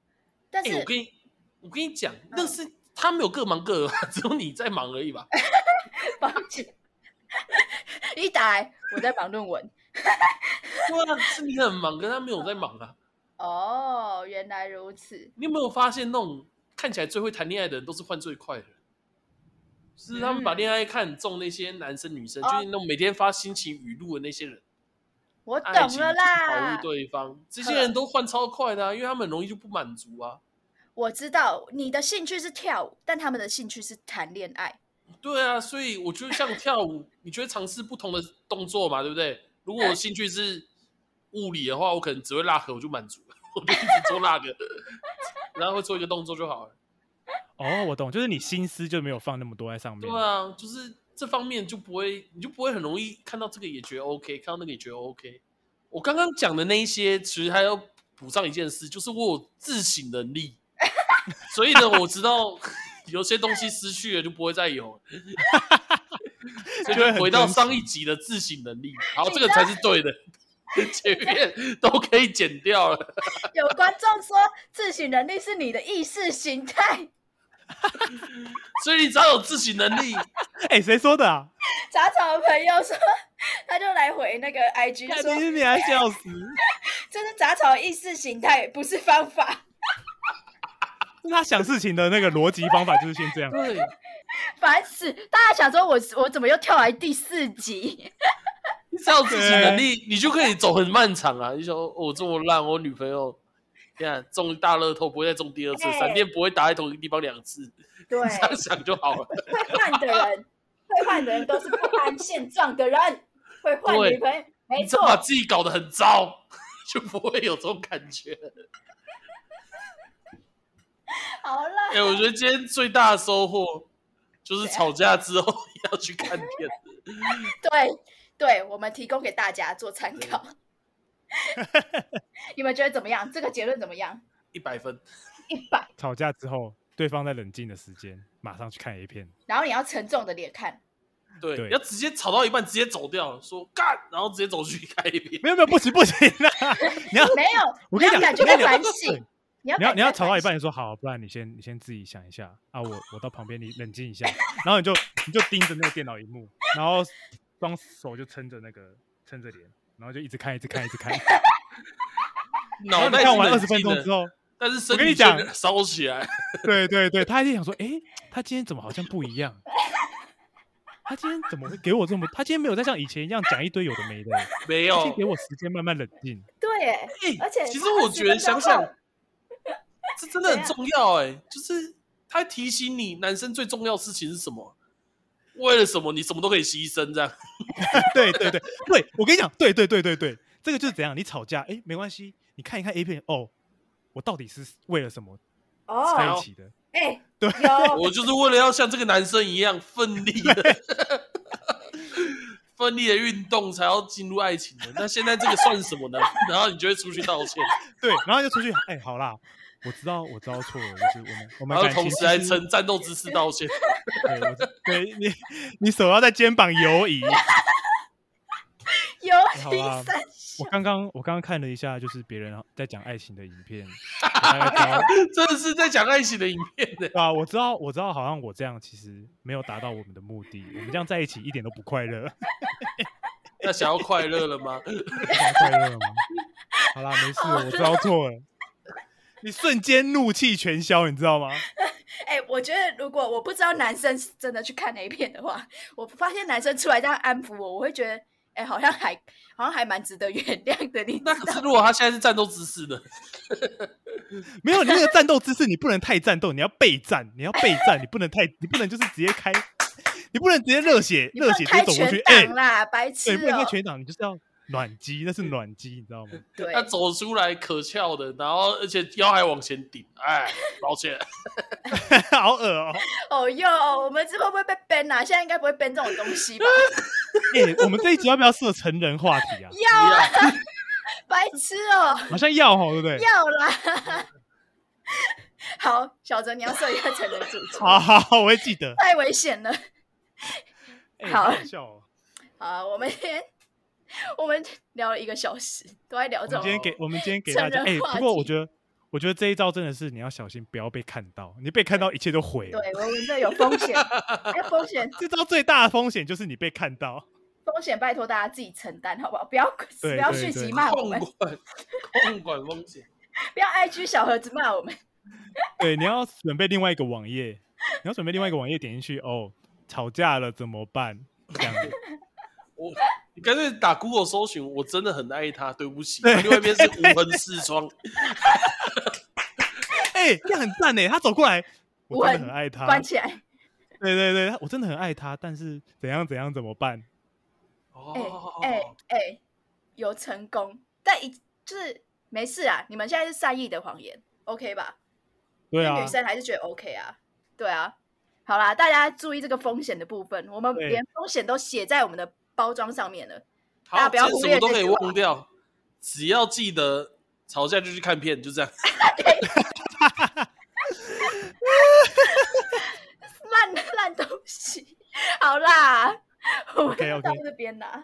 Speaker 3: 但
Speaker 2: 哎、
Speaker 3: 是嗯
Speaker 2: 我跟你，我跟你讲，那是他没有各忙各的啊， 只有你在忙而已吧？
Speaker 3: 抱歉， 一打来我在忙论文。
Speaker 2: 对啊，是你很忙，跟他没有在忙啊。
Speaker 3: 哦，原来如此。
Speaker 2: 你有没有发现，那种看起来最会谈恋爱的人，都是换最快的人？就是他们把
Speaker 3: 嗯
Speaker 2: 恋爱看很重，那些男生女生，
Speaker 3: 哦
Speaker 2: 就是那种每天发心情语录的那些人，
Speaker 3: 我
Speaker 2: 爱
Speaker 3: 懂
Speaker 2: 情
Speaker 3: 了
Speaker 2: 去保
Speaker 3: 啦
Speaker 2: 护，对 方，这些人都换超快的、啊，因为他们很容易就不满足啊。
Speaker 3: 我知道你的兴趣是跳舞，但他们的兴趣是谈恋爱。
Speaker 2: 对啊，所以我觉得像跳舞， 你就会尝试不同的动作嘛，对不对？如果我兴趣是物理的话，我可能只会拉合，我就满足了， 我就一直做拉个， 然后会做一个动作就好了。
Speaker 1: 哦，我懂，就是你心思就没有放那么多在上面。
Speaker 2: 对啊，就是这方面就不会，你就不会很容易看到这个也觉得 OK，看到那个也觉得 OK。我刚刚讲的那一些，其实还要补上一件事，就是我有自省能力， 所以呢，我知 道有些东西失去了就不会再有了，所
Speaker 1: 就会
Speaker 2: 以就
Speaker 1: 很
Speaker 2: 回到
Speaker 1: 真实
Speaker 2: 上一集的自省能力，好，这个才是对的， 前面都可以剪掉了。
Speaker 3: 有观众说，自省能力是你的意识形态。
Speaker 2: 所以你只要有自省能 力，
Speaker 1: 哎，谁说的啊？
Speaker 3: 查找的朋友说，他就来回那个 IG
Speaker 1: 看
Speaker 3: 说，
Speaker 1: 你你还笑死，
Speaker 3: 这是杂草意识形态，不是方法。
Speaker 1: 就是他想事情的那个逻辑方法就是先这样。
Speaker 2: 对，
Speaker 3: 烦死！大家想说我是我怎么又跳来第四集？
Speaker 2: 你只要有自己能力，你就可以走很漫长啊！你想说，哦我、这么烂，我女朋友，你看中大乐透不会再中第二次，
Speaker 3: 哎
Speaker 2: 闪电不会打在同一个地方两次，
Speaker 3: 对，
Speaker 2: 这样想就好了。
Speaker 3: 会换的 人，会换的人都是不安现状的人，会换
Speaker 2: 对
Speaker 3: 女朋友，没
Speaker 2: 你只
Speaker 3: 错
Speaker 2: 要，把自己搞得很糟，就不会有这种感觉。
Speaker 3: 好了
Speaker 2: 哎、，我觉得今天最大的收获就是
Speaker 3: 对啊
Speaker 2: 吵架之后要去看片。
Speaker 3: 对对，我们提供给大家做参考。 你们觉得怎么样？这个结论怎么样？
Speaker 2: 一百分，
Speaker 3: 一百，
Speaker 1: 吵架之后，对方在冷静的时间，马上去看 A 片。
Speaker 3: 然后你要沉重的脸看，
Speaker 2: 对，
Speaker 1: 对
Speaker 2: 要直接吵到一半直接走掉，说干，然后直接走去开一遍。
Speaker 1: 没有没有，不行不行啊！你要
Speaker 3: 没有，
Speaker 1: 我跟你
Speaker 3: 你要
Speaker 1: 讲，
Speaker 3: 感觉
Speaker 1: 你要
Speaker 3: 到反
Speaker 1: 聊
Speaker 3: 省，你要
Speaker 1: 你要
Speaker 3: 感
Speaker 1: 你
Speaker 3: 觉
Speaker 1: 要
Speaker 3: 到
Speaker 1: 吵到一
Speaker 3: 反
Speaker 1: 半，你说好，不然你先你先自己想一下啊，我我到旁边你冷静一下，然后你就你就盯着那个电脑荧幕，然后双手就撑着那个撑着脸，然后就一直看一直看一直看，然后
Speaker 2: 脑
Speaker 1: 你
Speaker 2: 袋
Speaker 1: 看完二
Speaker 2: 是
Speaker 1: 十分
Speaker 2: 冷静
Speaker 1: 钟之
Speaker 2: 的，
Speaker 1: 后，
Speaker 2: 但是身
Speaker 1: 我跟
Speaker 2: 体
Speaker 1: 你讲
Speaker 2: 却烧起来。
Speaker 1: 对对对，他还在想说，诶，他今天怎么好像不一样？他今天怎么会给我这么？他今天没有再像以前一样讲一堆有的没的，
Speaker 2: 没
Speaker 1: 他
Speaker 2: 有
Speaker 1: 先，给我时间慢慢冷静。
Speaker 3: 对耶，
Speaker 2: 欸
Speaker 3: 而且
Speaker 2: 其实
Speaker 3: 他
Speaker 2: 我
Speaker 3: 20
Speaker 2: 觉得
Speaker 3: 分钟
Speaker 2: 想
Speaker 3: 后
Speaker 2: 想，这真的很
Speaker 3: 怎
Speaker 1: 啊
Speaker 3: 样
Speaker 2: 重要哎、就是他提醒你，男生最重要的事情是什么？为了什么你什么都可以牺牲这样？
Speaker 1: 对对对对，我跟你讲，对对对对对，这个就是怎样，你吵架，诶，没关系，你看一看 A 片，哦，我到底是为了什么在
Speaker 3: 哦，
Speaker 1: 一起的？
Speaker 3: 哎、
Speaker 1: 对
Speaker 3: 有
Speaker 2: 我就是为了要像这个男生一样奋力的 奋力的运动才要进入爱情的。那现在这个算什么呢？然后你就会出去道歉，
Speaker 1: 对，然后就出去，哎、好啦，我知道我知道错了，就是我们我们
Speaker 2: 然后
Speaker 1: 感情
Speaker 2: 同
Speaker 1: 其
Speaker 2: 时还
Speaker 1: 实
Speaker 2: 称战斗姿势道歉。
Speaker 1: 对我知对你你手要在肩膀游 移。
Speaker 3: 有
Speaker 1: 好啦
Speaker 3: 零三
Speaker 1: 我刚刚我刚刚看了一下，就是别人在讲爱情的影 片，我大概知道
Speaker 2: 真的是在讲爱情的影片呢、
Speaker 1: 啊，我知道我知道，好像我这样其实没有达到我们的目的，我们这样在一起一点都不快乐，
Speaker 2: 那想要快乐了吗？
Speaker 1: 想快乐吗？好啦，没事，我知道错了。你瞬间怒气全消，你知道吗？
Speaker 3: 哎、我觉得如果我不知道男生是真的去看 A 片的话，我发现男生出来这样安抚我，我会觉得，哎、好像还好像还蛮值得原谅的，你知
Speaker 2: 那
Speaker 3: 道
Speaker 2: 可是如果他现在是战斗姿势呢？
Speaker 1: 没有，你那个战斗姿势，你不能太战斗，你要备战，你要备战，你不能太，你不能就是直接开，你不能直接热血
Speaker 3: 你不
Speaker 1: 热
Speaker 3: 能
Speaker 1: 血直接
Speaker 3: 开
Speaker 1: 走过
Speaker 3: 全
Speaker 1: 去，哎、
Speaker 3: 档啦，白痴
Speaker 1: 对，不能
Speaker 3: 哦、
Speaker 1: 开全挡，你就是要暖机，那是暖机，你知 道吗？
Speaker 3: 对
Speaker 2: 他，走出来可翘的，然后而且腰还往前顶，哎，抱歉，
Speaker 1: 好恶哦、
Speaker 3: 哦哟，我们这会不会被 ban 啊？现在应该不会 ban 这种东 西吧？
Speaker 1: 哎、我们这一集要不要设成人话题啊？
Speaker 3: 要啊，白痴哦、
Speaker 1: 好像要哦，对不对？
Speaker 3: 要啦。 好，小哲，你要设一个成人 主题，
Speaker 1: 好好好，我会记得。
Speaker 3: 太危险了。
Speaker 1: 哎
Speaker 3: 好
Speaker 1: 好笑哦、
Speaker 3: 好，我们今天我们聊了一个小时，都在聊
Speaker 1: 我
Speaker 3: 这
Speaker 1: 们今
Speaker 3: 种
Speaker 1: 天给我们今天给大家，
Speaker 3: 成
Speaker 1: 哎、
Speaker 3: 人话
Speaker 1: 不过我
Speaker 3: 题
Speaker 1: 觉得，我觉得这一招真的是你要小心，不要被看到。你被看到，一切都毁了。
Speaker 3: 对我们这有风险，那风险
Speaker 1: 这招最大的风险就是你被看到。
Speaker 3: 风险，拜托大家自己承担，好不好？不要不
Speaker 1: 对
Speaker 3: 要
Speaker 1: 对
Speaker 3: 讯
Speaker 1: 对
Speaker 3: 息骂我
Speaker 2: 控
Speaker 3: 们，
Speaker 2: 管控管风险，
Speaker 3: 不要 IG 小盒子骂我们。
Speaker 1: 对，你要准备另外一个网页，你要准备另外一个网页点进去哦，吵架了怎么办？这样子，
Speaker 2: 我你干脆打 Google 搜寻，我真的很爱他，对不起。
Speaker 1: 对
Speaker 2: 另外一边是无痕视 窗，
Speaker 1: 哎、这样很赞哎，他走过来，我真的
Speaker 3: 我
Speaker 1: 很爱他，
Speaker 3: 关起来，
Speaker 1: 对对对，我真的很爱他，但是怎样怎样怎么办？
Speaker 3: 哎
Speaker 2: 哦，
Speaker 3: 哎哎，有成功，但一就是没事啊。你们现在是善意的谎言，OK 吧？
Speaker 1: 对
Speaker 3: 那
Speaker 1: 啊
Speaker 3: 女，生还是觉得 OK 啊，对啊。好啦，大家注意这个风险的部分，我们
Speaker 1: 对
Speaker 3: 连风险都写在我们的包装上面了。
Speaker 2: 好，
Speaker 3: 大家不要
Speaker 2: 今天
Speaker 3: 忽
Speaker 2: 什
Speaker 3: 略
Speaker 2: 么都
Speaker 3: 这
Speaker 2: 可以
Speaker 3: 句话
Speaker 2: 忘掉，只要记得吵架就去看片，就这 样。
Speaker 3: 烂 烂东西，好啦， 我们
Speaker 1: OK，OK
Speaker 3: 就到这边啦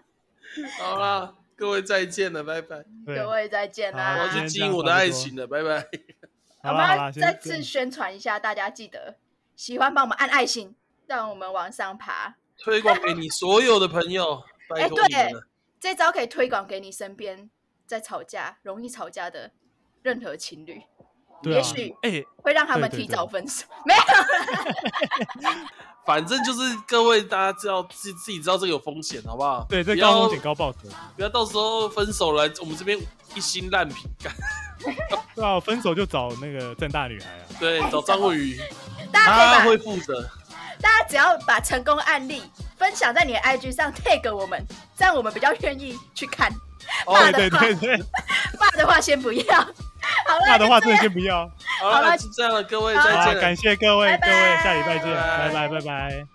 Speaker 2: 好啦，各位再见了，拜拜。
Speaker 1: 对，
Speaker 3: 各位再见
Speaker 1: 好
Speaker 2: 我
Speaker 3: 啦哎
Speaker 2: 要
Speaker 1: 今。
Speaker 2: 去
Speaker 1: 天
Speaker 2: 经
Speaker 1: 这
Speaker 2: 营
Speaker 1: 样
Speaker 2: 我的
Speaker 1: 差不
Speaker 2: 爱
Speaker 1: 多
Speaker 2: 情了，拜 拜。
Speaker 1: 好
Speaker 3: 我
Speaker 1: 啦好
Speaker 3: 们要
Speaker 1: 啦，先
Speaker 3: 再
Speaker 1: 这
Speaker 3: 次
Speaker 1: 样
Speaker 3: 宣传一下，大家记得喜欢帮我们按爱心，让我们往上爬。
Speaker 2: 推广给你所有的朋友，拜
Speaker 3: 哎
Speaker 2: 托
Speaker 3: 对
Speaker 2: 你们了。
Speaker 3: 这招可以推广给你身边在吵架、容易吵架的任何情侣，
Speaker 1: 对
Speaker 3: 也
Speaker 1: 啊
Speaker 3: 许，
Speaker 1: 哎、
Speaker 3: 会让他们
Speaker 1: 对对
Speaker 3: 提
Speaker 1: 对
Speaker 3: 早分手。没有
Speaker 2: 反正就是各位大家知道自自己知道这个有风险，好不好？
Speaker 1: 对，这
Speaker 2: 不
Speaker 1: 高
Speaker 2: 要
Speaker 1: 风险高报酬，
Speaker 2: 不要到时候分手了，我们这边一心烂皮，干
Speaker 1: 对啊，分手就找那个正大女孩啊，
Speaker 2: 对，找张慧宇，
Speaker 3: 大
Speaker 2: 他
Speaker 3: 家可以
Speaker 2: 会负责。
Speaker 3: 把大家只要把成功案例分享在你的 IG 上 tag 我们，这样我们比较愿意去看。
Speaker 2: 哦
Speaker 3: 大
Speaker 1: 对对
Speaker 3: 的话
Speaker 1: 对对，
Speaker 3: 骂的话先不要，好了，
Speaker 1: 大的话
Speaker 3: 就
Speaker 1: 真
Speaker 3: 这
Speaker 1: 的
Speaker 3: 样
Speaker 1: 先不要，
Speaker 2: 好
Speaker 3: 好
Speaker 2: 了，
Speaker 3: 了
Speaker 2: 就这样了，各位
Speaker 3: 好
Speaker 2: 再
Speaker 1: 好啦
Speaker 2: 见了。
Speaker 1: 感谢各位，
Speaker 3: 拜
Speaker 1: 各位下礼拜
Speaker 3: 拜
Speaker 1: 见，拜拜拜拜。